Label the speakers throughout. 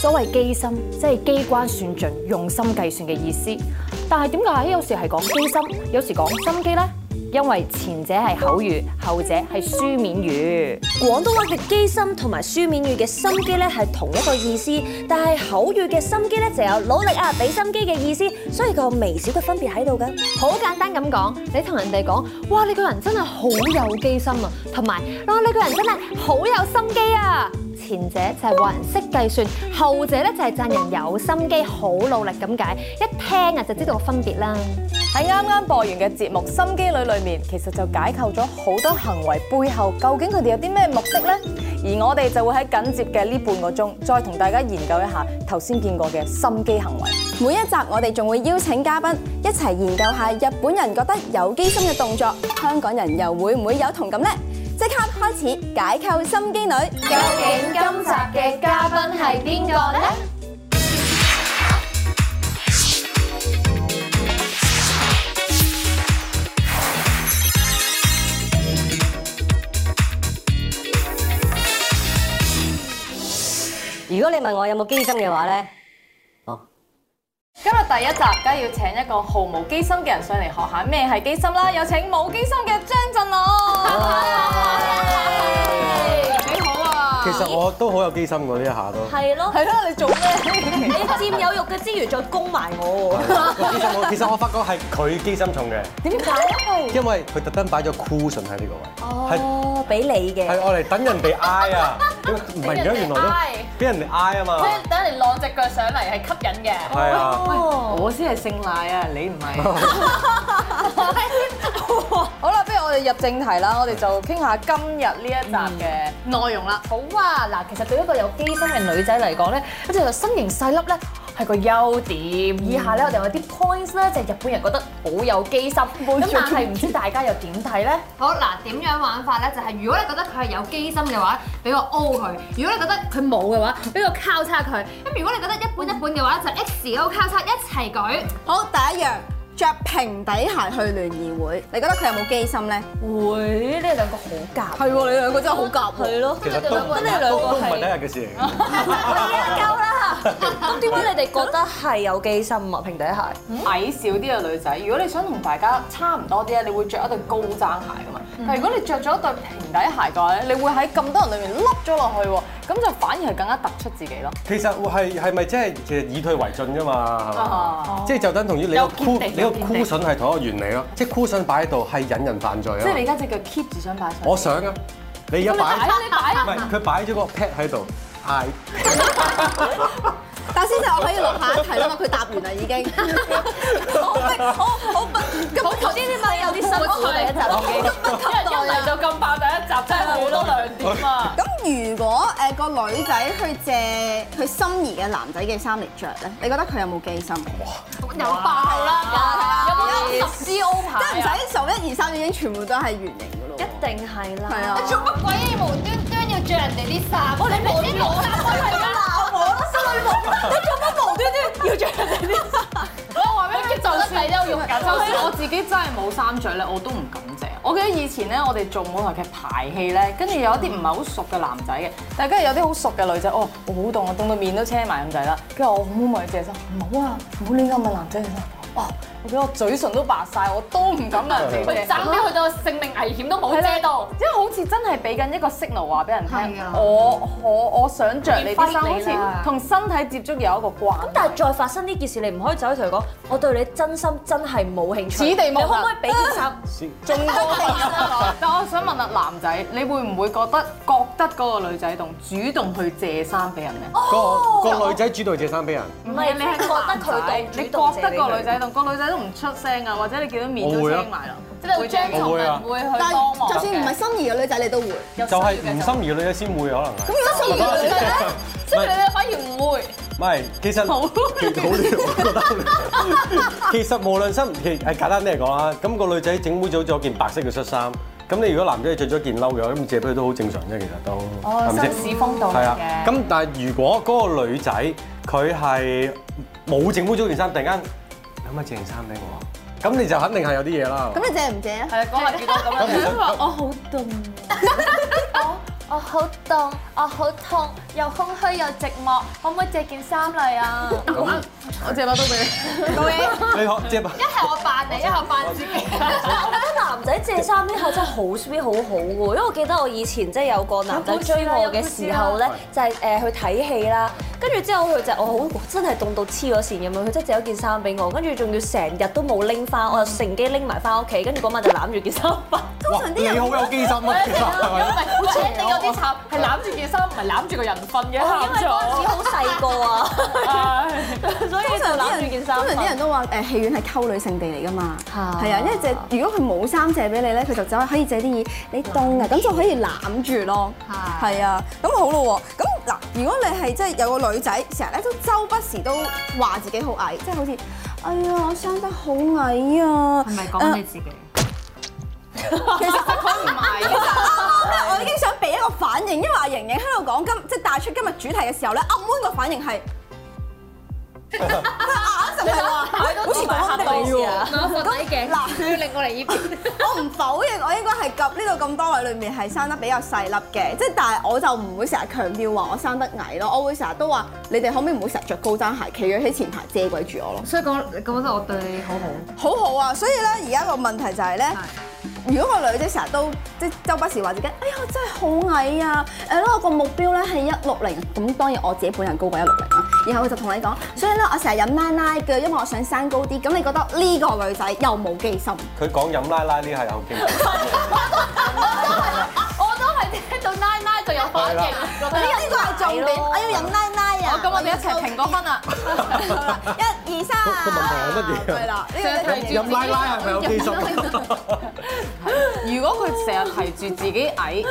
Speaker 1: 所謂機心，即係機關算盡、用心計算嘅意思。但係點解有時係講機心，有時講心機呢？因為前者係口語，後者係書面語。
Speaker 2: 廣東話嘅機心同埋書面語嘅心機咧係同一個意思，但係口語嘅心機咧就有努力啊、俾心機嘅意思，所以個微小嘅分別喺度㗎。
Speaker 1: 好簡單咁講，你同人哋講，哇！你個人真係好有機心啊，同埋，哇！你個人真係好有心機啊。前者就係話人識計算，後者咧就係讚人有心機、好努力咁解。一聽啊就知道個分別啦。
Speaker 3: 喺啱啱播完嘅節目《心機女》裏面，其實就解構咗好多行為背後究竟佢哋有啲咩目的呢？而我哋就會喺緊接嘅呢半個鐘，再同大家研究一下頭先見過嘅心機行為。
Speaker 4: 每一集我哋仲會邀請嘉賓一齊研究下日本人覺得有機心嘅動作，香港人又會唔會有同感呢？即刻開始解構心機女，
Speaker 1: 究竟今集嘅嘉賓係邊個呢？
Speaker 5: 如果你問我有冇機心嘅話咧，哦，
Speaker 3: 今日第一集，梗係要請一個毫無機心嘅人上嚟學下咩係機心啦。有請冇機心嘅張振朗。你好啊！
Speaker 6: 其實我都好有機心嗰呢一下都，
Speaker 2: 係咯，
Speaker 3: 係啦，你做咩？
Speaker 2: 你佔有欲嘅之餘，再攻埋我
Speaker 6: 個機心我其實我發覺係佢機心重嘅，
Speaker 2: 喎。點解
Speaker 6: 因為佢特登擺咗 cushion 喺呢個位，係
Speaker 2: 哦，俾你嘅。
Speaker 6: 係我嚟等人哋挨啊，唔明咗原來都俾人哋挨啊嘛，
Speaker 3: 等你晾只腳上嚟係吸引嘅。
Speaker 6: 係啊，
Speaker 7: 我先係姓賴啊，你唔係。
Speaker 3: 好啦，不如我哋入正題啦，我哋就傾下今日呢一集嘅內容啦。
Speaker 1: 好啊，嗱，其實對一個有機心嘅女仔嚟講咧，佢就身形細粒咧係個優點。以下咧我哋有啲 points 咧，就係日本人覺得好有機心，咁但係唔知大家又點睇咧？
Speaker 8: 好嗱，點樣玩法咧？就係、如果你覺得佢係有機心嘅話，俾個 O 佢；如果你覺得佢冇嘅話，俾個交叉佢。咁如果你覺得一半一半嘅話，就 X 嗰個交叉一齊舉。
Speaker 4: 好，第一樣着平底鞋去聯誼會，你覺得佢有冇機心呢？
Speaker 1: 會呢兩個好夾，
Speaker 4: 係喎，你兩個真係好夾喎。係咯，
Speaker 6: 其實都都都唔係第一日嘅事嚟嘅，
Speaker 2: 夠啦！咁點解你哋覺得係有機心啊？平底鞋？
Speaker 7: 嗯
Speaker 3: 矮小啲嘅女仔，如果你想同大家差唔多啲咧，你會着一對高踭鞋噶嘛。但係如果你着咗一對平底鞋嘅話咧，你會喺咁多人裏面凹咗落去喎，咁就反而係更加突出自己咯。
Speaker 6: 其實係係咪即係其實以退為進㗎嘛，係嘛？
Speaker 3: 啊，
Speaker 6: 即係就等同於你個
Speaker 7: 有見
Speaker 6: cu
Speaker 7: 地
Speaker 6: 你個
Speaker 7: 有見地
Speaker 6: cushion 係同一個原理咯，即係 cushion 擺喺度係引人犯罪啊
Speaker 3: 即係
Speaker 6: 嘛
Speaker 3: 你而。家只腳 keep 住想擺上。
Speaker 6: 我想啊，你一
Speaker 3: 咁你
Speaker 6: 擺
Speaker 3: 擺，你擺
Speaker 6: 唔係佢擺咗個 pad 喺度嗌。
Speaker 4: 但先就我可以落下一題啦嘛，佢答完啦已經。好逼，好好不咁頭先啲咪有啲辛苦第一集已經。
Speaker 3: 一嚟就咁爆第一集，真係好多亮點啊！
Speaker 4: 咁如果誒個女仔去借佢心儀嘅男仔嘅衫嚟着咧，你覺得佢有冇機心？
Speaker 8: 有爆啦！有冇十 C O
Speaker 4: 即係
Speaker 8: 牌
Speaker 4: 唔
Speaker 8: 啊？
Speaker 4: 使數一二三已經全部都係圓形嘅咯。
Speaker 2: 一定係啦。
Speaker 4: 係啊
Speaker 8: 你。做乜鬼嘢無端端要着人哋啲衫？我哋冇啲冇衫開嚟㗎。
Speaker 3: 我話俾你聽，就算有用緊，就算我自己真係冇衫着咧，我都唔敢借。我記得以前咧，我哋做舞台劇排戲咧，跟住有一啲唔係好熟嘅男仔嘅，但係跟住有啲好熟嘅女仔，哦，我好凍啊，凍到面都車埋咁滯啦。跟住我好唔好問佢借衫？唔好啊，唔好亂咁問男仔借衫。哦，我覺得我嘴唇都白晒，我都唔敢問人哋借。
Speaker 8: 爭啲去到性命危險都冇遮到。
Speaker 3: 因為好似真係俾緊一個 signal 話俾人聽
Speaker 8: 係啊，
Speaker 3: 我我我想着你啲衫，好似
Speaker 8: 你啦
Speaker 3: 同身體接觸有一個關係。
Speaker 2: 但係再發生呢件事，你唔可以走去同佢講，我對你真心啊真係冇興趣。
Speaker 3: 此地無
Speaker 2: 你
Speaker 3: 銀
Speaker 2: 可唔可以俾件衫？
Speaker 3: 仲多啊！ 但我想問下男仔，你會唔會覺得覺得嗰個女仔動主動去借衫俾人咧？
Speaker 6: 個個女仔主導借衫俾人，
Speaker 2: 唔係你係覺得佢
Speaker 3: 係
Speaker 2: 當
Speaker 3: 你
Speaker 2: 主
Speaker 3: 覺
Speaker 2: 動
Speaker 3: 得個女仔動，個女仔都唔出聲啊，或者你見到面都青埋啦，即係會將
Speaker 6: 我會啊
Speaker 3: 會去
Speaker 4: 但
Speaker 3: 幫忙
Speaker 4: 係
Speaker 3: 嘅。
Speaker 4: 就算唔係心儀嘅女仔，你都會。咁
Speaker 6: 就係唔心儀嘅女仔先會可能係。
Speaker 4: 如果心儀嘅女仔咧，
Speaker 3: 即係你反而唔會。
Speaker 6: 唔係，其實
Speaker 3: 好
Speaker 6: 好亂，我覺得好亂。其實無論心，其係簡單啲嚟講啦，咁個女仔整污糟咗件白色嘅恤衫，咁你如果男仔着咗件褸嘅話，咁借俾佢都好正常啫，其實都係咪先？
Speaker 3: 市風度
Speaker 6: 係啊，咁但係如果嗰個女仔佢係冇整污糟件衫，突然間你可唔可以借件衫俾我？咁你就肯定係有啲嘢啦。
Speaker 4: 你借唔借啊？
Speaker 3: 係啊，嗰日見到咁樣，
Speaker 6: 咁其實
Speaker 3: 佢話我好凍，
Speaker 9: 我好凍，我好痛，又空虛又寂寞，可唔可以借件衫嚟啊？
Speaker 6: 咁
Speaker 3: 我借把刀俾你。
Speaker 6: 你學接啊？
Speaker 8: 一係我扮你，一係我扮自己。
Speaker 2: 我覺得男仔借衫呢下真係好 sweet 好好喎，因為我記得我以前即係有個男仔追我嘅時候咧，就係誒去睇戲啦，跟住之後佢就我好真係凍到黐咗線咁樣，佢真係借咗件衫俾我，跟住仲要成日都冇拎翻，我又乘機拎埋翻屋企，跟住嗰晚就攬住件衫瞓。
Speaker 6: 哇！你好有機心啊，其實係咪
Speaker 3: 一定有啲慘，係攬住件衫，唔係攬住個人瞓嘅，
Speaker 2: 因為嗰陣時好細個啊，所以就攬住件衫
Speaker 4: 通常啲
Speaker 2: 瞓。
Speaker 4: 人都話誒戲院係溝女聖地嚟㗎嘛，
Speaker 2: 啊
Speaker 4: 係啊，因為借如果佢冇衫借俾你咧，佢就走可以借啲嘢，你凍啊，咁就可以攬住咯，係啊，咁好咯喎，咁嗱，如果你係即係有個女仔成日咧都周不時都話自己好矮，即係好似哎呀我生得好矮啊，
Speaker 8: 係咪講你自己？
Speaker 4: 其實
Speaker 3: 佢唔係嘅。
Speaker 4: 啱咧，啊我已經想俾一個反應，因為阿瑩瑩喺度講今即係帶出今日主題嘅時候咧，阿 moon 個反應係。佢眼神係話，好似講你喎。
Speaker 8: 我放底嘅，佢要令我嚟呢邊。
Speaker 4: 我唔否認，我應該係及呢度咁多位裏面係生得比較細粒嘅，即係但係我就唔會成日強調話我生得矮咯，我會成日都話你哋可唔可以唔好成日着高踭鞋，企咗喺前排遮鬼住我咯。
Speaker 8: 所以講，覺得我對你好好。
Speaker 4: 好好啊，所以咧而家個問題就係咧。如果個女仔成日都即係周不時話自己，哎呀我真係好矮啊！誒，我個目標咧係一六零，咁當然我自己本人高過一六零啦。然後佢就同你講，所以咧我成日飲奶奶嘅，因為我想生高啲。咁你覺得呢個女仔又冇機心？
Speaker 6: 佢講飲奶奶呢係有機心。
Speaker 8: 我都係聽到奶奶就有反應，覺
Speaker 4: 呢哎個呢個係重點，我要飲奶奶啊！
Speaker 3: 哦咁我哋一齊評個分啊！
Speaker 4: 一二三，
Speaker 6: 個問題係乜嘢啊
Speaker 4: 對啦，呢個
Speaker 3: 提
Speaker 6: 飲奶奶係咪有機心？
Speaker 3: 如果佢成日提住自己矮，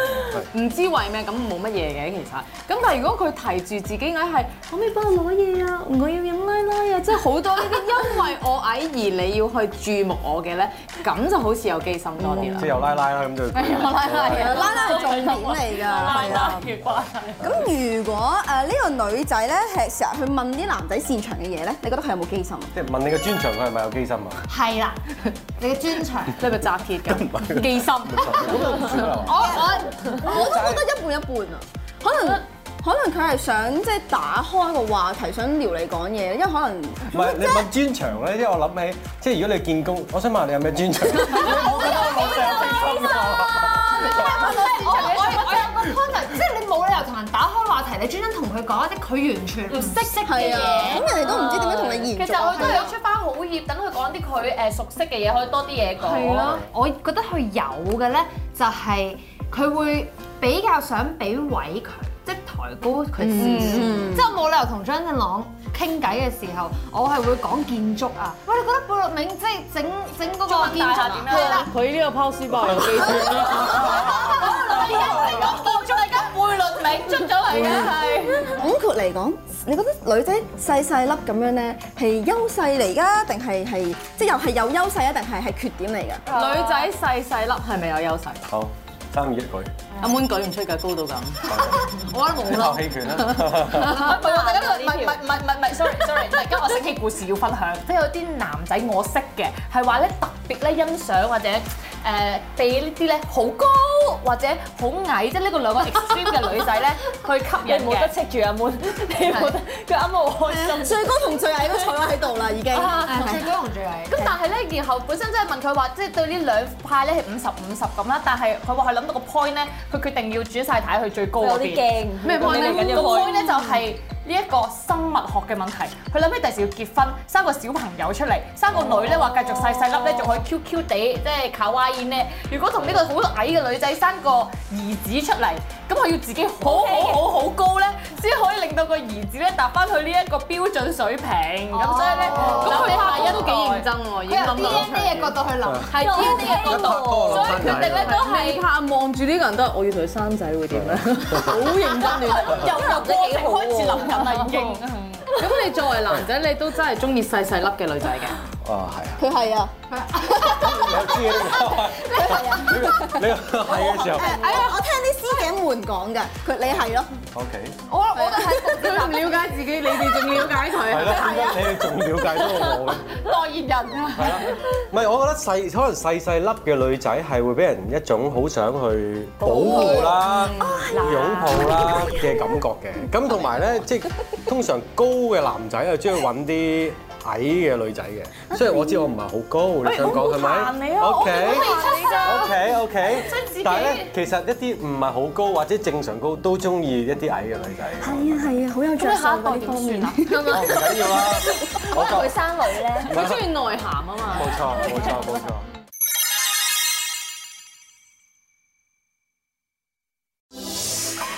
Speaker 3: 唔知為咩咁冇乜嘢嘅其實。咁但係如果佢提住自己矮係，可唔可以幫我攞嘢啊？我要飲奶奶啊！即係好多呢啲因為我矮而你要去注目我嘅咧，咁就好似有機心多啲啦
Speaker 6: 即係。有奶奶啦，咁就
Speaker 3: 有奶奶
Speaker 4: 係
Speaker 3: 嘅
Speaker 4: 啊，奶奶係重點嚟㗎，係啊。
Speaker 3: 嘅關係。
Speaker 4: 咁如果呃誒呢個女仔咧係成日去問啲男仔擅長嘅嘢咧，你覺得佢有冇機心？啊
Speaker 6: 即係問你嘅專長，佢係咪有機心啊？
Speaker 8: 係啦，你嘅專長。
Speaker 3: 你係咪扎鐵㗎？機心。
Speaker 6: 咁都唔算係
Speaker 8: 我
Speaker 6: 嘛？
Speaker 8: 我
Speaker 4: 我都覺得一半一半啊，可能。可能佢係想即係打開個話題，想撩你講嘢，因為可能
Speaker 6: 唔係你問專長咧，即係我諗起，即係如果你見工，我想問下你有咩專長？我覺得我成有機心
Speaker 8: 我我我有個 contact，即係你冇理由同人打開話題，你專登同佢講一啲佢完全唔識識嘅
Speaker 4: 係啊，
Speaker 8: 嘢。
Speaker 4: 咁人哋都唔知點樣同你
Speaker 9: 其
Speaker 4: 延續
Speaker 9: 實我
Speaker 4: 落
Speaker 9: 都
Speaker 4: 去
Speaker 9: 係出翻好葉，等佢講啲佢誒熟悉嘅嘢，可以多啲嘢講。
Speaker 8: 係咯，我覺得佢有嘅咧，就係佢會比較想俾位佢，即係抬高佢自
Speaker 4: 嗯
Speaker 8: 己。即係我冇理由同張振朗傾偈嘅時候，我係會講建築啊。喂，你覺得貝聿銘即係整整嗰個建築點樣？係啦，
Speaker 7: 佢呢個拋書包有機心。
Speaker 4: 總括嚟講，你覺得女仔細細粒咁樣咧係優勢嚟㗎，定係係即係又係有優勢啊，定係係缺點嚟㗎？
Speaker 3: 女仔細細粒係咪有優勢？
Speaker 6: 好，三二一舉，
Speaker 3: 阿 Moon 舉唔出㗎，高到咁。
Speaker 8: 我覺得冇
Speaker 6: 你拍
Speaker 8: 啦。
Speaker 6: 氣拳啦。
Speaker 9: 唔係唔係
Speaker 3: 唔係唔係唔係唔係，sorry sorry，突然間我醒起故事要分享。
Speaker 9: 即係有啲男仔我識嘅，係話咧特別咧欣賞或者誒俾呢啲咧好高或者好矮，即係呢個兩個 extreme 嘅 女仔咧，佢吸
Speaker 7: 你
Speaker 9: 引
Speaker 7: 冇得
Speaker 9: 嘅。
Speaker 7: 戚住阿妹，你冇得。佢啱啱好開心。
Speaker 4: 最高同最矮都坐咗喺度啦，已經。
Speaker 8: 誒最高同最矮。
Speaker 9: 咁但係咧，然後本身即係問佢話，即係對呢兩派咧係五十五十咁啦，但係佢話佢諗到個 point 咧，佢決定要煮晒睇去最高
Speaker 2: 有
Speaker 9: 嗰邊。
Speaker 2: 啲驚，
Speaker 9: 咩 point
Speaker 2: 你嚟緊
Speaker 9: 咧？
Speaker 2: 要
Speaker 9: 個 point
Speaker 2: 開
Speaker 9: 咧就係呢一個生物學嘅問題。佢諗起第時要結婚，生個小朋友出嚟，生個女咧話繼續細細粒咧，仲可以 Q Q 地，即係卡哇伊咧。如果同呢個好矮嘅女仔生個兒子出嚟，咁佢要自己好好好好高咧，先可以令到個兒子咧達翻去呢一個標準水平。咁所以咧，咁佢下一都幾認真喎，已經諗
Speaker 8: 佢
Speaker 9: 到
Speaker 8: 由 DNA 嘅角度去諗，
Speaker 9: 係 DNA 嘅角
Speaker 6: 一拍
Speaker 9: 度，
Speaker 6: 拖
Speaker 9: 所
Speaker 6: 落
Speaker 9: 以
Speaker 6: 身
Speaker 9: 決定咧都係。
Speaker 7: 下望住呢個人都係，哦我要同佢生仔會點咧？啊好認真亂。
Speaker 2: 又入得幾好
Speaker 9: 開始諗緊啦，已經。
Speaker 7: 咁你作為男仔，你都真係中意細細粒嘅女仔嘅。
Speaker 6: 啊，係啊。
Speaker 4: 佢係啊，
Speaker 6: 我知你個你個係嘅時候
Speaker 4: 哎呀，我聽啲師姐們講嘅，佢你係咯，
Speaker 6: ，OK，
Speaker 3: 我我就係
Speaker 7: 佢唔了解自己，你哋仲了解佢
Speaker 6: 係咯，點解你哋仲了解多我嘅？
Speaker 3: 代言人啊！
Speaker 6: 係啦，唔係我覺得細可能細細粒嘅女仔係會俾人一種好想去保護啦、擁抱啦嘅感覺嘅。咁同埋咧，即係通常高嘅男仔啊，中意揾啲矮嘅女仔嘅。雖然我知我唔係好高，你想講係咪？OK。OK OK，但係咧，其實一啲唔係好高或者正常高都中意一啲矮嘅女仔。係啊，
Speaker 4: 係啊，好有著數
Speaker 9: 下一代
Speaker 4: 呢
Speaker 9: 點
Speaker 4: 方面
Speaker 9: 算。啊？
Speaker 6: 唔緊要啦， 我
Speaker 2: 佢生女咧，
Speaker 6: 覺
Speaker 3: 佢中意內涵啊嘛。
Speaker 6: 冇錯冇錯冇錯。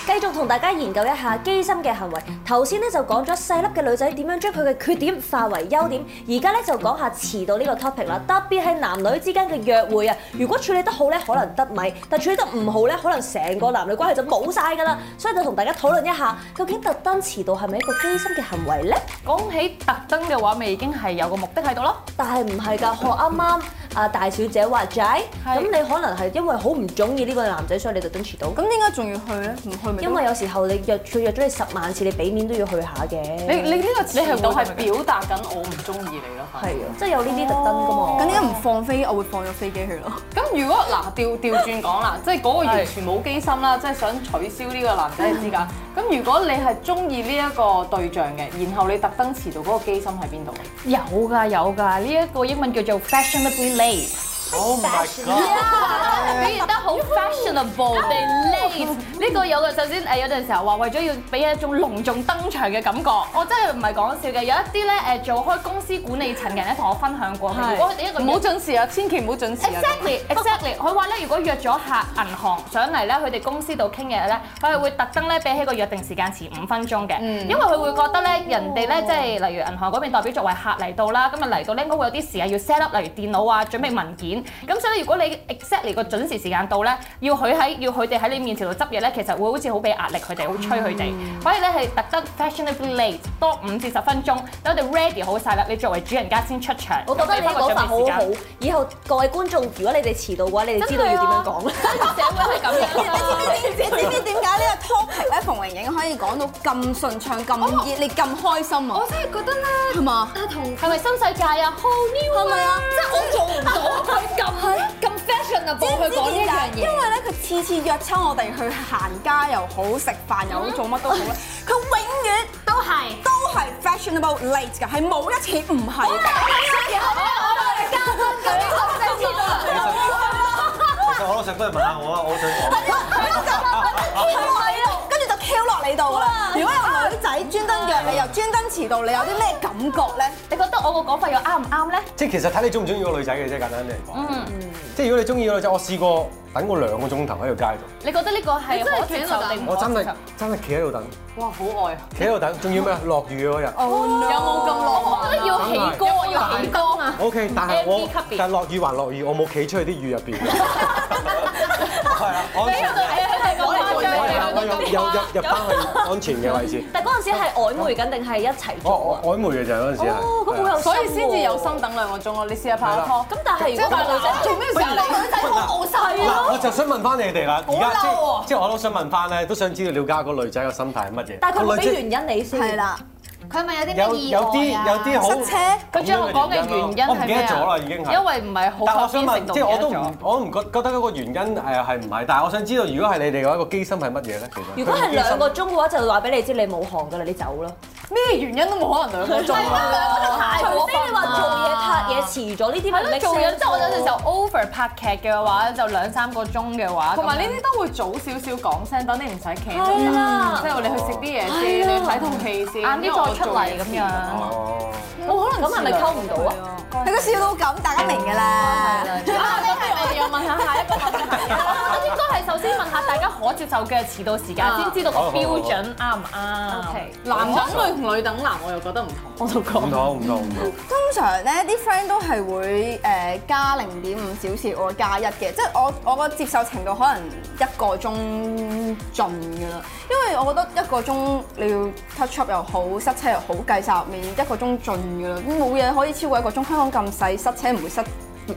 Speaker 2: 繼續同大家研究一下機心嘅行為。頭先咧就講咗細粒嘅女仔點樣將佢嘅缺點化為優點，而家咧就講下遲到呢個 topic 啦。特別係男女之間嘅約會啊，如果處理得好咧，可能得米；但處理得唔好咧，可能成個男女關係就冇晒㗎啦。所以就同大家討論一下，究竟特登遲到係咪一個機心嘅行為咧？
Speaker 9: 講起特登嘅話，咪已經係有個目的喺度咯。
Speaker 2: 但係唔係㗎？學啱啱啊大小姐話齋，咁你可能係因為好唔中意呢個男仔，所以你特登遲到。
Speaker 4: 咁點解仲要去咧？唔去咪
Speaker 2: 因為有時候你約佢約咗你十萬次，你俾面都要去下嘅。
Speaker 3: 你你呢個你係會係表達緊我唔中意你咯，係。
Speaker 2: 係啊，即係有呢啲特登噶
Speaker 4: 咁
Speaker 2: 嘛。
Speaker 4: 點解唔放飛？我會放咗飛機去咯。
Speaker 3: 咁如果嗱調調轉講啦，即係嗰個完全冇機心啦，即係想取消呢個男仔嘅資格。咁如果你係中意呢一個對象嘅，然後你特登遲到嗰個機心喺邊度？
Speaker 9: 有㗎有㗎，呢一個英文叫做 fashionably late。
Speaker 6: Oh my god！
Speaker 9: 表現得 好 fashionable 地 late，呢個有嘅首先誒有陣時候話為咗要俾一種隆重登場嘅感覺，我真係唔係講笑嘅。有一啲咧誒做開公司管理層嘅人咧同我分享過，如果佢哋一個
Speaker 3: 唔好準時啊！千祈唔好準時啊！
Speaker 9: Exactly, exactly。佢話咧，如果約咗客銀行上嚟咧，佢哋公司度傾嘢咧，佢係會特登咧比起個約定時間遲五分鐘嘅，
Speaker 2: 嗯
Speaker 9: 因為佢會覺得咧人哋咧即係例如銀行嗰邊代表作為客嚟到啦，咁啊嚟到咧應該會有啲時間要 set up，例如電腦啊，準備文件。咁所以咧，如果你 exactly 個準時時間到咧，要佢喺要佢哋喺你面前度執嘢咧，其實會好似好俾壓力佢哋，好催佢哋。
Speaker 2: 嗯
Speaker 9: 反而咧係特登 fashionably late 多五至十分鐘，等我哋 ready 好晒啦，你作為主人家先出場。
Speaker 2: 我覺得
Speaker 9: 俾
Speaker 2: 你
Speaker 9: 翻個
Speaker 2: 講
Speaker 9: 準備
Speaker 2: 法好啊
Speaker 9: 時間
Speaker 2: 好，以後各位觀眾，如果你哋遲到嘅話，你哋知道要點樣講啦。
Speaker 9: 社會係咁樣
Speaker 4: 你知唔知你知唔知點解呢個 topic 咧，馮盈盈可以講到咁順暢、咁熱烈、咁開心啊
Speaker 8: 我？真係覺得咧，
Speaker 4: 係嘛？
Speaker 8: 啊同
Speaker 9: 係咪新世界啊？Whole
Speaker 4: 係
Speaker 9: new
Speaker 4: 咪啊？
Speaker 8: 即係我做唔到佢咁咁 fashion 啊，幫佢講呢一樣
Speaker 4: 因
Speaker 8: 嘢。
Speaker 4: 為咧，佢次次約親我哋去行街又好，食飯又好，做乜都好咧， 佢永遠
Speaker 8: 都係。
Speaker 4: 都係 fashionable late 㗎，係冇一次唔係嘅。
Speaker 6: 其實我老實不如問下我啊，我想講。
Speaker 4: 跟住就 Q 落你度啦！如果有女仔專登約你又專登遲到，你有啲咩感覺咧？
Speaker 9: 你覺得我個講法又啱唔啱咧？
Speaker 6: 即係其實睇你中唔中意個女仔嘅啫，簡單啲嚟講。即係如果你中意個女仔，我試過等過兩個鐘頭喺條街度，
Speaker 9: 你覺得呢個係可接受定唔
Speaker 6: 我
Speaker 9: 可
Speaker 6: 真
Speaker 9: 接
Speaker 6: 係
Speaker 9: 受？
Speaker 6: 真係企喺度等，
Speaker 3: 哇，好愛啊！
Speaker 6: 企喺度等，仲要咩？落雨嗰日。
Speaker 3: 有冇咁浪漫
Speaker 9: 我覺得要起歌，要起歌啊！
Speaker 6: O K，但係
Speaker 9: MV
Speaker 6: 我
Speaker 9: 級別
Speaker 6: 但係落雨還落雨，我冇企出去啲雨入邊。係啊，安全嘅。我有我有有入入翻去安全嘅位置。
Speaker 2: 但嗰陣時係曖昧緊定係一齊
Speaker 6: 我
Speaker 2: 做啊？
Speaker 6: 我曖昧嘅就係嗰陣時係。
Speaker 2: 哦，咁好有心喎
Speaker 3: 所以先至有心等兩個鐘咯。你試下拍下拖，
Speaker 2: 咁但係
Speaker 3: 即
Speaker 2: 如
Speaker 3: 係
Speaker 2: 果
Speaker 3: 個女仔做咩時
Speaker 4: 啊
Speaker 3: 候你？
Speaker 6: 嗱，我就想問翻你哋啦，而家即係即係我都想問翻咧，都想知道了解個女仔個心哦態係乜嘢。
Speaker 2: 但係佢
Speaker 6: 個
Speaker 2: 會
Speaker 6: 女
Speaker 2: 俾
Speaker 6: 仔
Speaker 2: 原因你先。
Speaker 4: 係啦，
Speaker 8: 佢咪有啲
Speaker 6: 有
Speaker 8: 咩意外
Speaker 6: 有啲
Speaker 8: 啊？
Speaker 6: 有啲好
Speaker 4: 塞車。
Speaker 9: 佢最後講嘅原因
Speaker 6: 我唔
Speaker 9: 係
Speaker 6: 記
Speaker 9: 咩
Speaker 6: 得咗
Speaker 9: 啊
Speaker 6: 啦，？已經係。
Speaker 9: 因為唔係好
Speaker 6: 但係我
Speaker 9: 確
Speaker 6: 想
Speaker 9: 堅
Speaker 6: 問
Speaker 9: 程，度
Speaker 6: 即係我都
Speaker 9: 記得
Speaker 6: 唔
Speaker 9: 咗，
Speaker 6: 我唔覺覺得嗰個原因誒係唔係？但係我想知道，如果係你哋嘅一個機心係乜嘢咧？其實
Speaker 2: 如果係兩個鐘嘅話，就話俾你知你冇行㗎啦，你走啦。
Speaker 3: 咩原因都冇可能兩個鐘啦。
Speaker 2: 除非你話做嘢拍嘢遲咗呢啲
Speaker 9: 係
Speaker 2: 咪
Speaker 9: 咯，
Speaker 2: make
Speaker 9: 做嘢
Speaker 2: sense
Speaker 9: 即係我有陣時候 over 拍劇嘅話，就兩三個鐘嘅話，
Speaker 3: 同埋呢
Speaker 9: 咁
Speaker 3: 啲都會早少少講聲，等你唔使企喺
Speaker 2: 係
Speaker 3: 度
Speaker 2: 啦
Speaker 3: 等，即係你去食啲嘢先，你睇套戲先，
Speaker 9: 晏啲再出嚟咁 樣。
Speaker 6: 哦，
Speaker 3: 我可能
Speaker 2: 咁係咪溝唔到啊？
Speaker 4: 你都笑到咁，大家明㗎哦啦。
Speaker 9: 啊，咁不如我哋又問下下一個問題啦。我覺得應該係首先問下大家可接受嘅遲到時間，先知道個標準啱唔啱。
Speaker 3: 男等女同女等男，我又覺得唔同。我就講
Speaker 6: 唔妥唔妥唔妥。
Speaker 4: 通常咧，啲 friend 都係會誒加零點五小時或加一嘅，即係我我個接受程度可能一個鐘盡㗎啦。因為我覺得一個鐘你要 touch up 又好，塞車又好，計晒入面一個鐘盡㗎啦，咁冇嘢可以超過一個鐘。香港港咁細，塞車唔會塞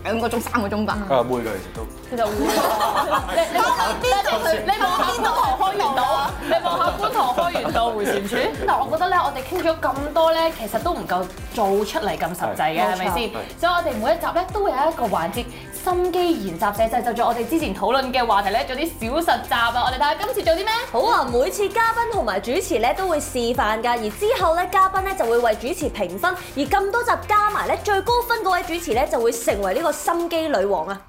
Speaker 4: 兩個鐘、三個鐘吧？
Speaker 6: 啊會㗎，其實都。
Speaker 9: 你望下邊度？你望下觀塘開源道，啊你望下觀塘開源道迴旋處。嗱，我覺得咧，我哋傾咗咁多咧，其實都唔夠做出嚟咁實際嘅，係咪先？所以我哋每一集咧都會有一個環節心機研習社製就做我哋之前討論嘅話題咧，做啲小實習啊！我哋睇下今次做啲咩？
Speaker 2: 好啊！每次嘉賓同埋主持咧都會示範㗎，而之後咧嘉賓咧就會為主持評分，而咁多集加埋咧最高分嗰位主持咧就會成為呢個心機女王啊！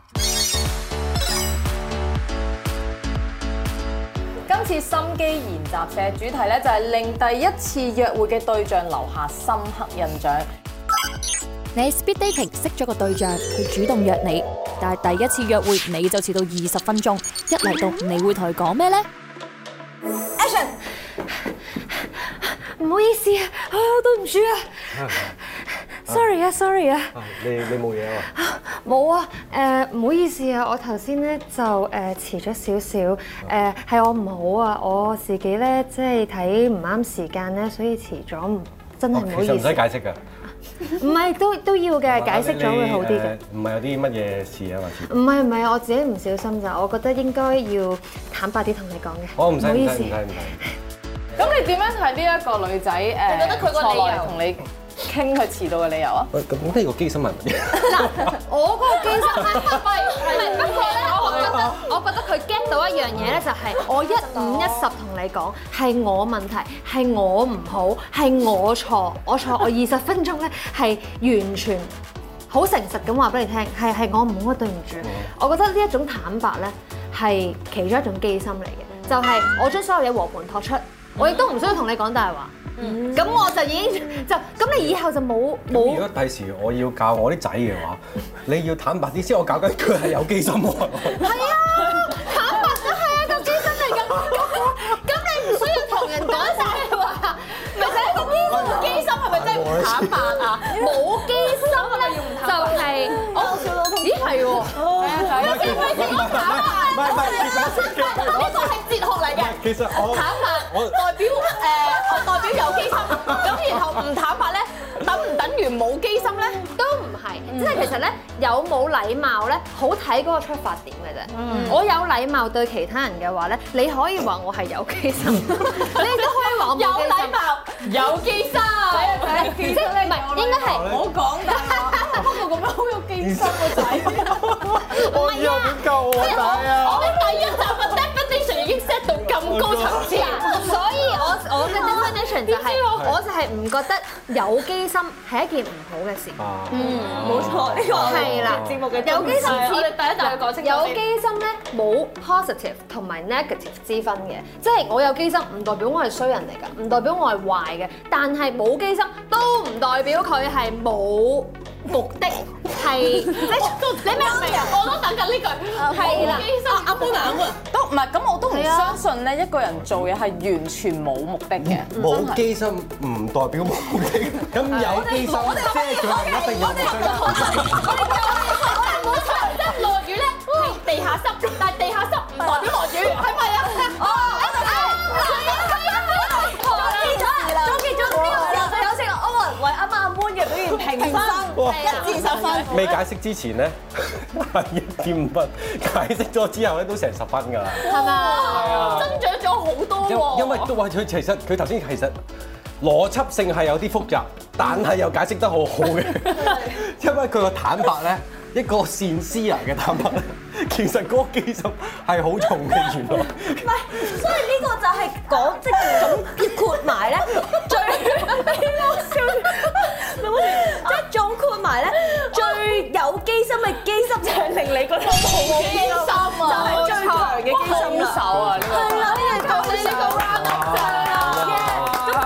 Speaker 7: 今次心機研習社主題咧就係令第一次約會嘅對象留下深刻印象。
Speaker 10: 你 speed dating 識咗個對象，佢主動約你，但係第一次約會你就遲到二十分鐘，一嚟到你會同佢講咩呢？
Speaker 1: 唔好意思啊，啊對唔住啊，sorry 啊，sorry 啊，
Speaker 6: 啊你你冇嘢啊嘛？
Speaker 1: 冇啊，誒唔好意思啊，我頭先咧就誒遲咗少少，誒係我唔好啊，我自己咧即係睇唔啱時間咧，所以遲咗，唔真係唔好
Speaker 6: 哦其實唔
Speaker 1: 意
Speaker 6: 使
Speaker 1: 思，
Speaker 6: 解釋㗎。
Speaker 1: 唔係都都要嘅，解釋咗會好啲
Speaker 6: 誒。。
Speaker 1: 嘅
Speaker 6: 唔係有啲乜嘢事啊嘛？事
Speaker 1: 唔係唔係，我自己唔小心咋，我覺得應該要坦白啲同你講嘅。
Speaker 6: 我唔使
Speaker 1: 好
Speaker 6: 唔
Speaker 1: 意
Speaker 6: 使
Speaker 1: 思
Speaker 6: 唔使。唔使。
Speaker 3: 咁你點樣睇呢一個女仔誒？你
Speaker 9: 覺得佢個理由
Speaker 3: 同你傾佢遲到嘅理由啊？
Speaker 6: 喂，咁呢個機心問題。
Speaker 8: 我嗰個機心係唔係唔係不過咧，我覺得我覺得佢 get 到一樣嘢咧，就係哦 我一五一十同你講係我問題，係我唔好，係我錯，我錯，我 二十分鐘咧係完全。好誠實咁話俾你聽，係係我唔好，我對唔住。
Speaker 6: 嗯
Speaker 8: 我覺得呢一種坦白咧，係其中一種機心嚟嘅，就係、我將所有嘢和盤托出，我亦都唔需要同你講大話。咁、我就已經就咁，你以後就冇
Speaker 6: 咁如
Speaker 8: 冇
Speaker 6: 果第時我要教我啲仔嘅話，你要坦白啲先，我教緊佢係有機心喎。
Speaker 8: 同人講晒話。
Speaker 9: 機心係咪真係唔坦白啊？
Speaker 8: 冇機心咧，就係
Speaker 9: 哦
Speaker 8: 我笑到痛。咦係喎，
Speaker 6: 唔係，其實唔係唔係唔係唔係，其實
Speaker 9: 呢個係哲學嚟嘅。
Speaker 6: 其實我
Speaker 9: 坦白代表誒，我代表有機心，咁然後唔坦白咧，等唔等於冇機心咧？
Speaker 8: 都唔係，
Speaker 9: 嗯
Speaker 8: 即係其實咧有冇禮貌咧，好睇嗰個出發點嘅啫。
Speaker 9: 嗯
Speaker 8: 我有禮貌對其他人嘅話咧，你可以話我係有 機心，你亦都可以話我
Speaker 9: 有
Speaker 8: 冇機
Speaker 9: 禮
Speaker 8: 心。
Speaker 9: 貌，有機心。
Speaker 8: 即係唔係應該係
Speaker 9: 唔好講大 話，不過咁樣好有機心個仔。
Speaker 6: 我以後點教我仔啊？
Speaker 9: 我哋第一集嘅 definition 已經 set 到咁高層次啊！
Speaker 8: 所以我我嘅 definition 就係我就係唔覺得有機心係一件唔好嘅事。
Speaker 6: 嗯，
Speaker 2: 冇錯，呢個
Speaker 8: 係啦，
Speaker 9: 節目嘅
Speaker 8: 有機心
Speaker 9: 我
Speaker 8: 似
Speaker 9: 哋第一集要講清楚
Speaker 8: 有機心咧冇 positive 同埋 negative 之分嘅，即係我有機心唔代表我係衰人
Speaker 9: à.
Speaker 8: 嚟㗎，唔代表我係壞嘅，但係冇機心都唔代表佢係冇目的，係即係你明唔明啊？我都等緊呢句，係啦，阿阿
Speaker 7: 都唔係咁，我都唔相信咧，一個人做嘢係完全冇目的嘅。
Speaker 6: 冇機心唔代表冇目的，咁有機心即係佢係一定有目的。
Speaker 9: 落雨咧，係地下濕，但係地下濕唔代表落雨，係咪啊？哦，
Speaker 2: 總結咗呢個時候，就有請歐文為啱啱阿 Moon 嘅表現評分，
Speaker 6: 哇
Speaker 2: 一至十分。
Speaker 6: 未解釋之前咧係一點五分，解釋咗之後咧都成十分㗎啦。
Speaker 9: 係嘛？增長咗好多
Speaker 6: 因
Speaker 9: 喎。
Speaker 6: 因為都話佢其實佢頭先其實邏輯性係有啲複雜，但係又解釋得好好嘅。因為佢個坦白咧，一個善思人嘅坦白咧，其實嗰個機心係好重嘅原來。
Speaker 2: 唔係，所以呢個就係講即係總結括埋咧，最 你冇笑，你冇笑，即係總括埋咧，最有機心嘅機心就係令你覺得冇機心啊，就係最強嘅機心啦。
Speaker 3: 手啊！呢個
Speaker 2: 係啦，呢個你呢個 round up 啦。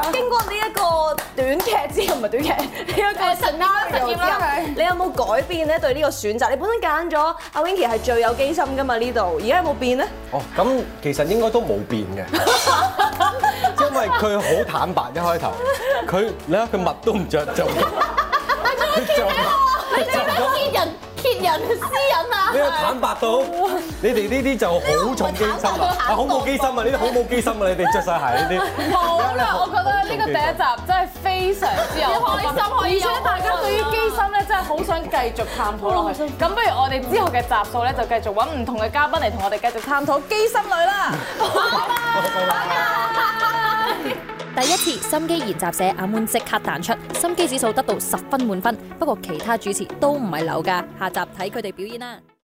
Speaker 2: 咁經過呢一個短劇之後，唔係短劇，呢一個神啦實驗啦，你有冇改變咧對呢個選擇？你本身揀咗阿 Winky 係最有機心噶嘛呢度，而家有冇變咧？
Speaker 6: 哦，咁其實應該都冇變 嘅，因為佢好坦白一開頭， 佢你睇佢襪都唔着就，佢就佢就咁
Speaker 9: 揭人揭
Speaker 11: 人私隱啊！
Speaker 6: 你要坦白到，你哋呢啲就好重機心啊，啊好冇機心啊，呢啲好冇機心啊，你哋着晒鞋呢啲。
Speaker 9: 好啦，啊我覺得呢個第一集真係非常之有開心，可以而且大家對於機心咧真係好想繼續探討落去。咁不如我哋之後嘅集數咧就繼續揾唔同嘅嘉賓嚟同我哋繼續探討機心女啦。
Speaker 2: 第一次心機研習社阿 moon 即刻彈出，心機指數得到十分滿分，不過其他主持都唔係流㗎，下集睇佢哋表演啦。